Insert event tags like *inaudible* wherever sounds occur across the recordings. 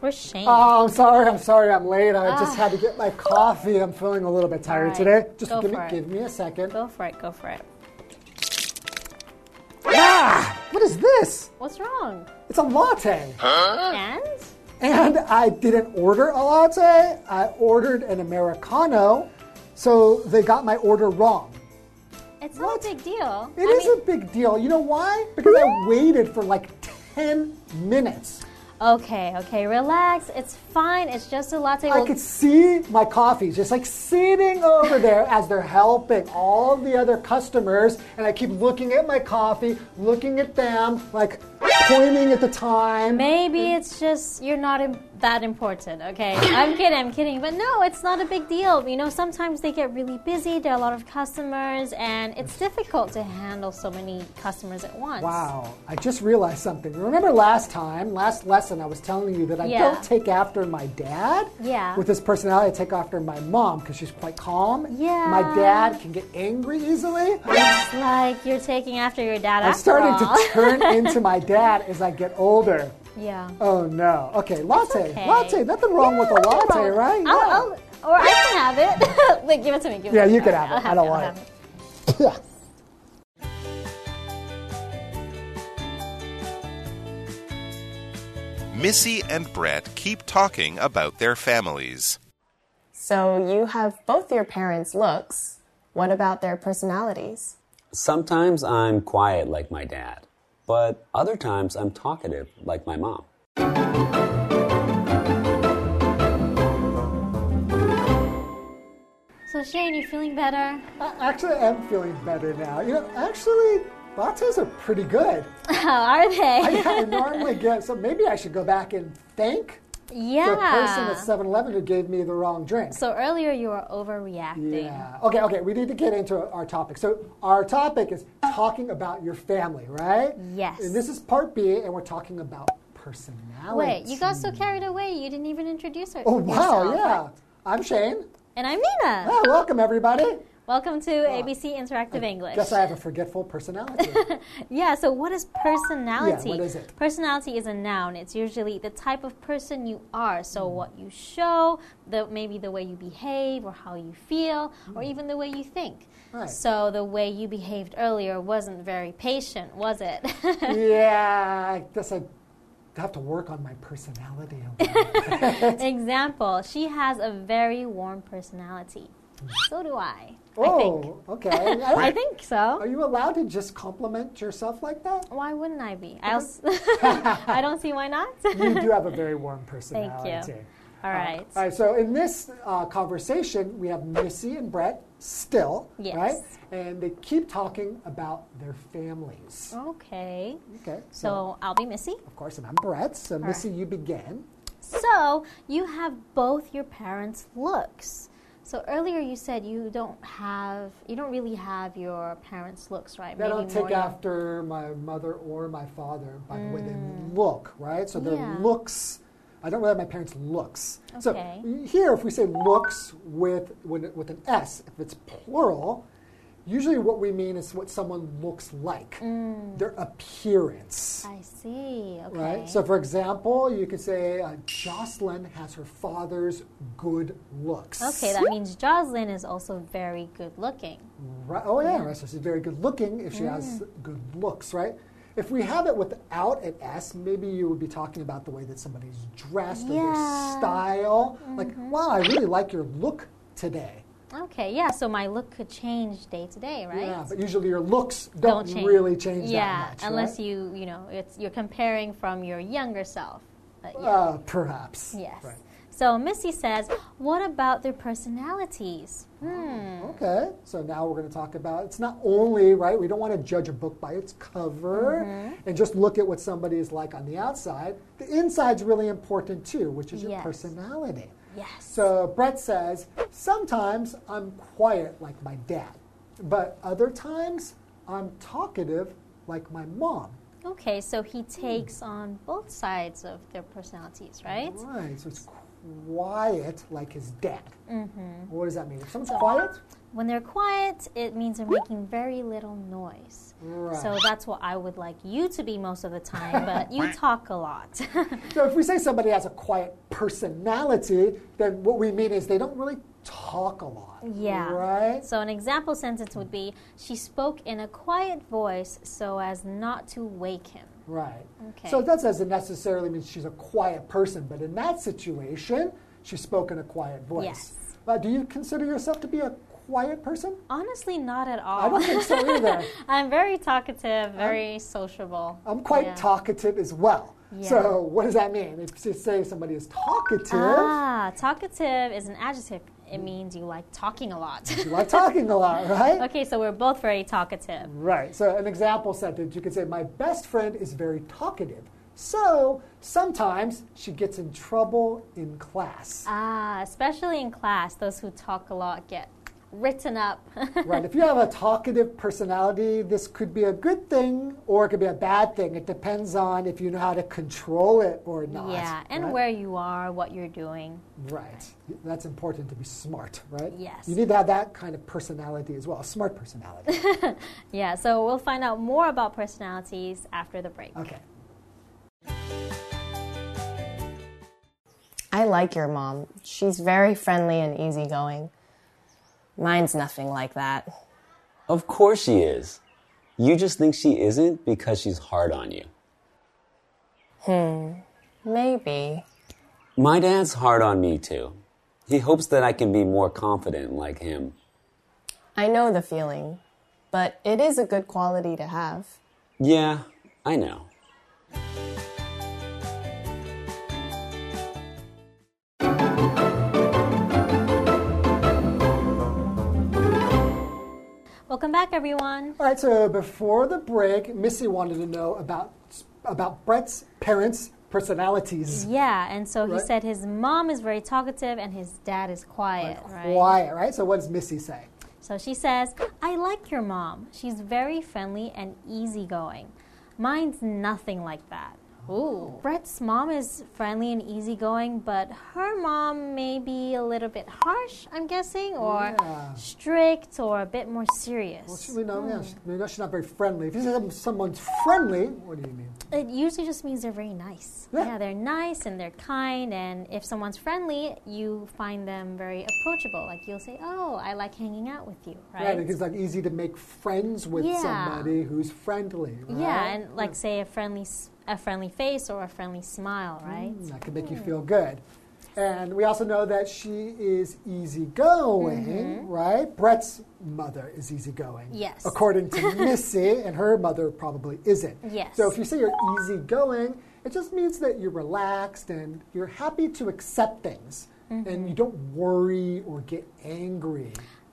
We're shamed. Oh, I'm sorry. I'm sorry. I'm late. I just had to get my coffee. I'm feeling a little bit tired Ah. All right, today. Just go give me, for it. give me a second. Go for it. Go for it. Ah, what is this? What's wrong? It's a latte. And And I didn't order a latte. I ordered an americano. So they got my order wrong. it's not a big deal. It is a big deal. You know why? Because I waited for like 10 minutes. Okay, okay, relax. It's fine. It's just a latte. I We'll- could see my coffee just like sitting over there as they're helping all of the other customers. And I keep looking at my coffee, looking at them, like pointing at the time. Maybe it's just you're not im- that important, *laughs* okay? I'm kidding, I'm kidding. But no, it's not a big deal. You know, sometimes they get really busy, there are a lot of customers, and it's difficult to handle so many customers at once. Wow, I just realized something. Remember last time, last lesson, I was telling you that I Yeah. don't take after my dad? Yeah. With his personality, I take after my mom because she's quite calm. Yeah. My dad can get angry easily. It's like you're taking after your dad I'm after starting all. *laughs* to turn into my dad as I get older. yeah. Oh no. Okay, latte. okay. Latte. Nothing wrong with a Nothing latte, wrong with- right? I'll, Yeah. I'll, or I can have it. *laughs* Wait, give it to me. Give it Yeah, to me. you can Okay, have it. I'll I don't I'll want have it. *laughs* Missy and Brett keep talking about their families. So you have both your parents' looks. What about their personalities? Sometimes I'm quiet like my dad, but other times I'm talkative like my mom. So, Shane, you feeling better? *laughs* I actually am feeling better now. You know, actually, lattes are pretty good. How are they? *laughs* I kinda normally get, so maybe I should go back and thank yeah. the person at 7 Eleven who gave me the wrong drink. So earlier you were overreacting. yeah. Okay, okay, we need to get into our topic. So, our topic is talking about your family, right? Yes. And this is part B, and we're talking about personality. Wait, you got so carried away you didn't even introduce her. Hmm. Oh, wow, yourself. yeah. I'm Shane. And I'm Nina. Ah, welcome, everybody. Welcome to ABC Interactive English. Guess I have a *laughs* forgetful personality. Yeah, so what is personality? Yeah, what is it? Personality is a noun. It's usually the type of person you are. Mm. So what you show, the maybe the way you behave or how you feel or even the way you think. Mm. Right. So the way you behaved earlier wasn't very patient, was it? yeah, I guess I have to work on my personality. a *laughs* *laughs* little. Example, she has a very warm personality. So do I. I think. Mm. oh, okay. I- I think Are so. you allowed to just compliment yourself like *laughs* that? Why wouldn't I be? I, also, *laughs* I don't see why *laughs* not. You do have a very warm Thank personality. you. All right. All right, so in this uh, conversation, we have Missy and Brett still, Yes. right? And they keep talking about their families. Okay. Okay, so, Oh. So I'll be Missy. of course, and I'm Brett, so Missy, you begin. So you have both your parents' looks. So earlier you said you don't have, you don't really have your parents' looks, right? They don't more take your- after my mother or my father by the way they look, right? So their Mm. Yeah. looks. I don't really have my parents' looks. So Okay. here, if we say looks with, with with an S, if it's plural, usually what we mean is what someone looks like, their appearance. I see. Mm. Okay. Right. So, for example, you could say uh, Jocelyn has her father's good looks. okay, that means Jocelyn is also very good looking. Right. Oh yeah, right. So she's very good looking if she has Mm. good looks, right? If we have it without an S, maybe you would be talking about the way that somebody's dressed or their Yeah. Mm-hmm. style. Like, wow, I really like your look today. Okay, yeah. So my look could change day to day, right? Yeah, but usually your looks Don't don't, really change yeah, that much. unless right? you, you know, it's you're comparing from your younger self. But yeah. Uh, perhaps. yes. Right. So Missy says, "What about their personalities?" Hmm. Okay, so now we're going to talk about it's not only, right? We don't want to judge a book by its cover and just look at what somebody is like on the outside. The inside's really important too, which is your Yes. personality. Yes. So Brett says, Sometimes I'm quiet like my dad, but other times I'm talkative like my mom. Okay, so he takes Hmm. on both sides of their personalities, right? Mm-hmm. Right, so it's quiet like his dad. What does that mean? If someone's quiet, When they're quiet, it means they're making very little noise. So that's what I would like you to be most of the time, *laughs* but you talk a lot. *laughs* So if we say somebody has a quiet personality, then what we mean is they don't really talk a lot. yeah. Right? So an example sentence would be She spoke in a quiet voice so as not to wake him. Right. Okay. So that doesn't necessarily mean she's a quiet person, but in that situation, she spoke in a quiet voice. Yes. Uh, do you consider yourself to be a quiet person? Honestly, not at I all. don't think so either. *laughs* I'm very talkative, very sociable. I'm quite Yeah. talkative as well. Yeah. So what does that mean? If you say somebody is talkative, Ah, talkative is an adjective. It means you like talking a lot. *laughs* you like talking a lot, right? okay, so we're both very talkative. Right. So an example sentence, you could say, "My best friend is very talkative." So sometimes she gets in trouble in class. Ah, *laughs* especially in class, those who talk a lot get written up. *laughs* Right. If you have a talkative personality, this could be a good thing or it could be a bad thing. It depends on if you know how to control it or not. yeah, and right? where you are, what you're doing. Right. That's important to be smart, right? Yes. You need to have that kind of personality as well, a smart *laughs* personality. Yeah, so we'll find out more about personalities after the break. okay. I like your mom. She's very friendly and easygoing. Mine's nothing like that. Of course she is. You just think she isn't because she's hard on you. Maybe. My dad's hard on me too. He hopes that I can be more confident like him. I know the feeling, but it is a good quality to have. Yeah, I know. Welcome back, everyone. All right, so before the break, Missy wanted to know about about Brett's parents' personalities. Yeah, and so he Right. said his mom is very talkative and his dad is quiet, Mm-hmm. right? Quiet, right? So what does Missy say? So she says, I like your mom. She's very friendly and easygoing. Mine's nothing like that. Ooh. Brett's mom is friendly and easygoing, but her mom may be a little bit harsh, I'm guessing, or Yeah. strict or a bit more serious. Well, she- we know, Hmm. yeah, she- we know she's not very friendly. If you say some- someone's friendly, what do you mean? It usually just means they're very nice. Yeah. they're nice and they're kind. And if someone's friendly, you find them very approachable. Like you'll say, "Oh, I like hanging out with you," right? Right, it's like easy to make friends with Yeah. somebody who's friendly. Right? yeah, and like say a friendly s- a friendly face or a friendly smile, Hmm. right? that can make you feel good. And we also know that she is easygoing, right? Brett's mother is easygoing. Mm-hmm. Yes. *laughs* According to Missy, and her mother probably isn't. Yes. So if you say you're easygoing, it just means that you're relaxed and you're happy to accept things. Mm-hmm. And you don't worry or get angry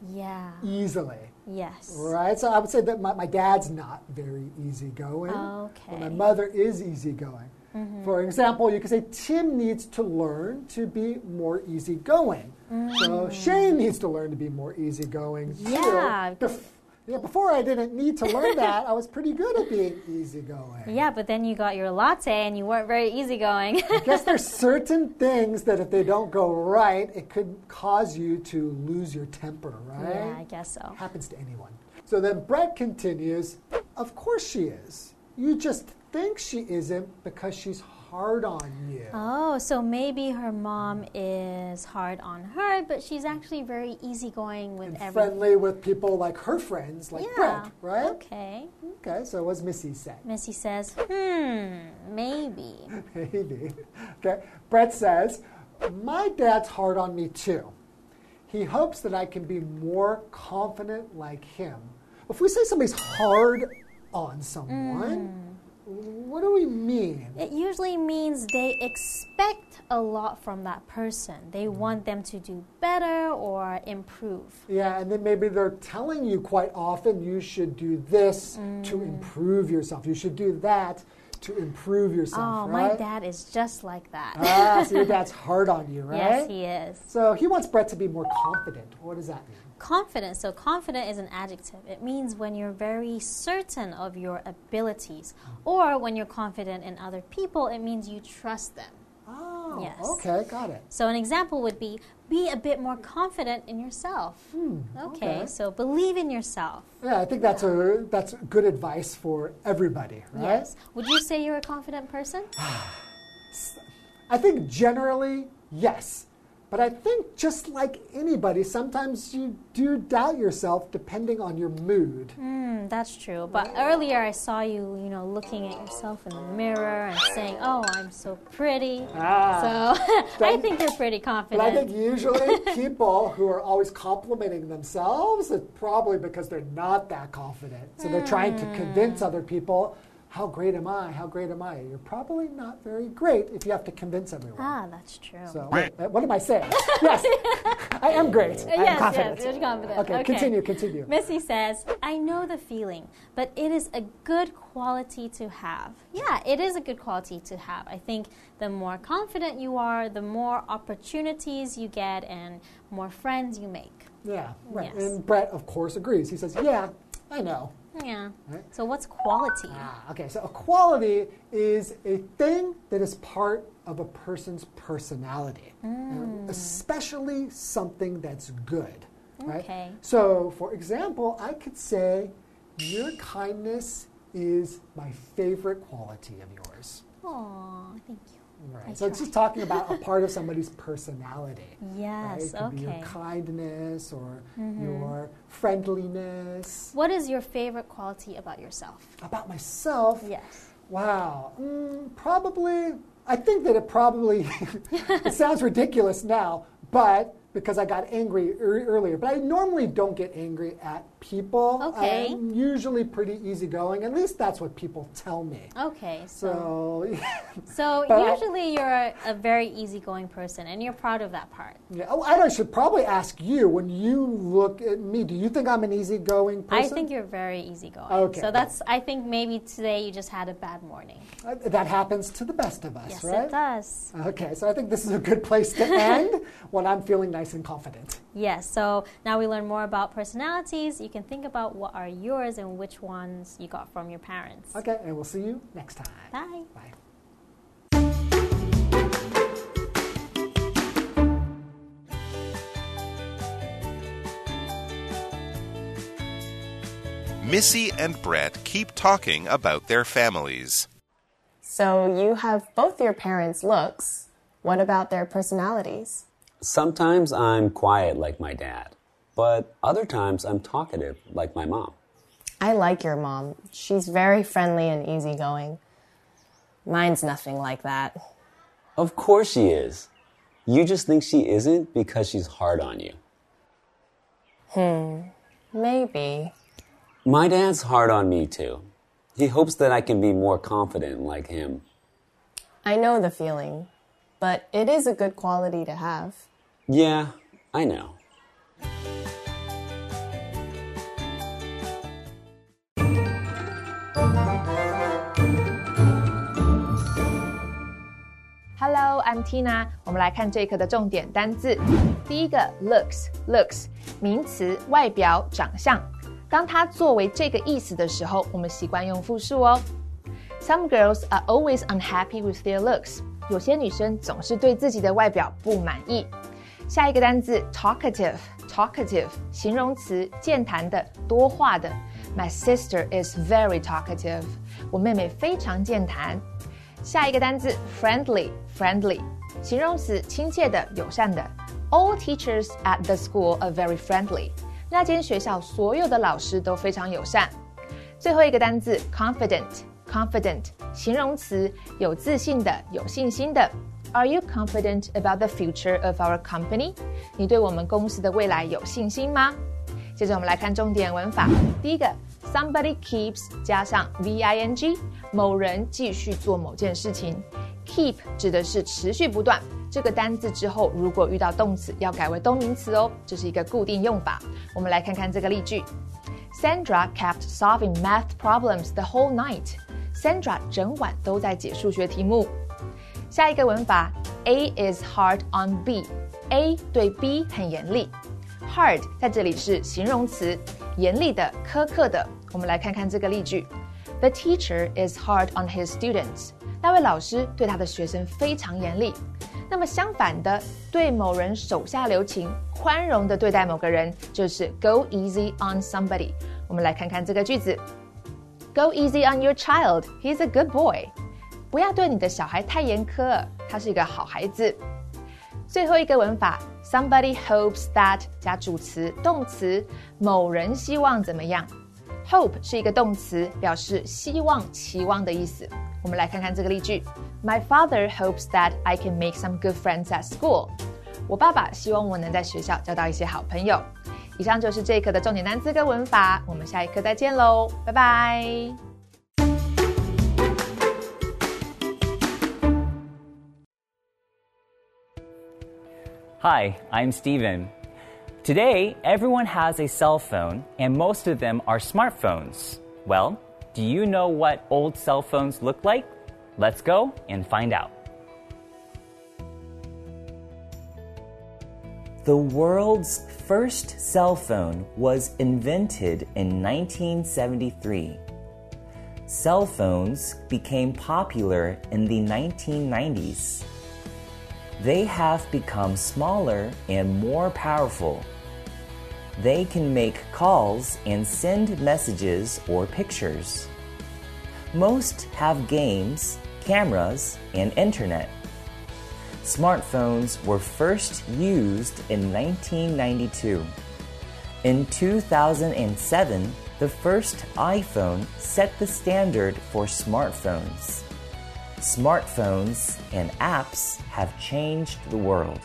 Yeah. easily. Yes. Right, so I would say that my, my dad's not very easygoing. Okay. Mm-hmm. But my mother is easygoing. For example, you could say Tim needs to learn to be more easygoing. Mm. So Shane needs to learn to be more easygoing. too. Yeah. Bef- yeah, before I didn't need *laughs* to learn that, I was pretty good at being easygoing. Yeah, but then you got your latte and you weren't very easygoing. *laughs* I guess there's certain things that if they don't go right, it could cause you to lose your temper, right? yeah, I guess so. happens to anyone. So then Brett continues, Of course she is. You just think she isn't because she's hard on you. Oh, so maybe her mom Hmm. is hard on her, but she's actually very easygoing with and everything. friendly with people like her friends, like Brett, right? Okay. Okay, so what's Missy say? *laughs* Missy says, hmm, maybe. Maybe. Okay, Brett says, My dad's hard on me too. He hopes that I can be more confident like him. If we say somebody's hard on someone, Mm. what do we mean? It usually means they expect a lot from that person. They Hmm. want them to do better or improve. Yeah, and then maybe they're telling you quite often you should do this Mm. to improve yourself. You should do that to improve Oh, yourself. my right? dad is just like that. Ah, so your dad's hard on you, *laughs* Yes, right? he is. So he wants Brett to be more confident. What does that mean? Confident. So, confident is an adjective. It means when you're very certain of your abilities, or when you're confident in other people, it means you trust them. Ah, Wow. Yes. Okay, got it. So an example would be be a bit more confident in yourself. okay, Hmm, okay. so believe in yourself. Yeah, I think that's a that's good advice for everybody, right? Yes. Would you say you're a confident person? I think generally, yes. But I think just like anybody, sometimes you do doubt yourself depending on your mood. Mm, that's true. But earlier I saw you, you know, looking at yourself in the mirror and saying, "Oh, I'm so pretty." so *laughs* I Ah. Don't- think you're pretty But I confident. think *laughs* usually people who are always complimenting themselves, it's probably because they're not that confident. So they're trying to convince Mm. other people, how great am I? How great am I? You're probably not very great if you have to convince everyone. Ah, that's true. So, wait, uh, what am I saying? yes, *laughs* I am great. *laughs* I am yes, confident. yes, you're confident. Okay, continue, continue. Missy says, I know the feeling, but it is a good quality to have. Yeah, it is a good quality to have. I think the more confident you are, the more opportunities you get and more friends you make. Yeah, right. Yes. And Brett, of course, agrees. He says, yeah, I know. Yeah. So, what's quality? Ah, okay, so a quality is a thing that is part of a person's personality, Mm. and especially something that's good. Right? Okay. So, for example, I could say, Your kindness is my favorite quality of yours. Aw, thank you. Right. So, it's just talking about a *laughs* part of somebody's personality. right? Yes, It could be okay. Mm-hmm. your kindness or your friendliness. What is your favorite quality about yourself? About myself, Yes. Wow. Mm, probably, I think that it probably, *laughs* it sounds ridiculous now, but because I got angry ear earlier. But I normally don't get angry at people. Okay. I'm usually pretty easygoing. At least that's what people tell me. Okay, so So, Uh-huh. so But- usually you're a, a very easygoing person and you're proud of that part. *laughs* yeah. oh, I should probably ask you when you look at me, do you think I'm an easygoing person? I think you're very easygoing. Okay. So that's I think maybe today you just had a bad morning. Uh, That happens to the best of us, Yes, right? it does. Okay, so I think this is a good place *laughs* to end when I'm feeling nice and confident. Yes. So now we learn more about personalities. You can think about what are yours and which ones you got from your parents. Okay, and we'll see you next time. Bye. Bye. Missy and Brett keep talking about their families. So you have both your parents' looks. What about their personalities? Sometimes I'm quiet like my dad, but other times I'm talkative like my mom. I like your mom. She's very friendly and easygoing. Mine's nothing like that. Of course she is. You just think she isn't because she's hard on you. Maybe. My dad's hard on me too. He hopes that I can be more confident like him. I know the feeling, but it is a good quality to have. Yeah, I know. Hello, I'm Tina。我们来看这一课的重点单字。第一个 looks looks 名词，外表、长相。当它作为这个意思的时候，我们习惯用复数哦。Some girls are always unhappy with their looks。有些女生总是对自己的外表不满意。下一个单字 talkative talkative 形容词，健谈的、多话的。My sister is very talkative。我妹妹非常健谈。下一个单字 friendly friendly，形容词，亲切的、友善的。All teachers at the school are very friendly。那间学校所有的老师都非常友善。最后一个单字 confident confident，形容词，有自信的、有信心的。Are you confident about the future of our company？你对我们公司的未来有信心吗？接着我们来看重点文法，第一个 somebody keeps 加上 v i n g，某人继续做某件事情。keep 指的是持续不断，这个单字之后如果遇到动词，要改为动名词哦，这是一个固定用法。我们来看看这个例句：Sandra kept solving math problems the whole night。Sandra 整晚都在解数学题目。下一个文法，A is hard on B，A 对 B 很严厉，hard 在这里是形容词，严厉的、苛刻的。我们来看看这个例句：The teacher is hard on his students。那位老师对他的学生非常严厉。那么相反的，对某人手下留情、宽容的对待某个人，就是 go easy on somebody。我们来看看这个句子：Go easy on your child. He's a good boy. 不要对你的小孩太严苛，他是一个好孩子。最后一个文法，somebody hopes that 加主词、动词，某人希望怎么样？Hope 是一个动词，表示希望、期望的意思。我们来看看这个例句：My father hopes that I can make some good friends at school。我爸爸希望我能在学校交到一些好朋友。以上就是这一课的重点单词跟文法，我们下一课再见喽，拜拜。 Hi, I'm Steven. Today, everyone has a cell phone, and most of them are smartphones. Well, do you know what old cell phones look like? Let's go and find out. The world's first cell phone was invented in 1973. Cell phones became popular in the 1990s they have become smaller and more powerful. They can make calls and send messages or pictures. Most have games, cameras, and internet. Smartphones were first used in 1992. In 2007, the first iPhone set the standard for smartphones smartphones and apps have changed the world.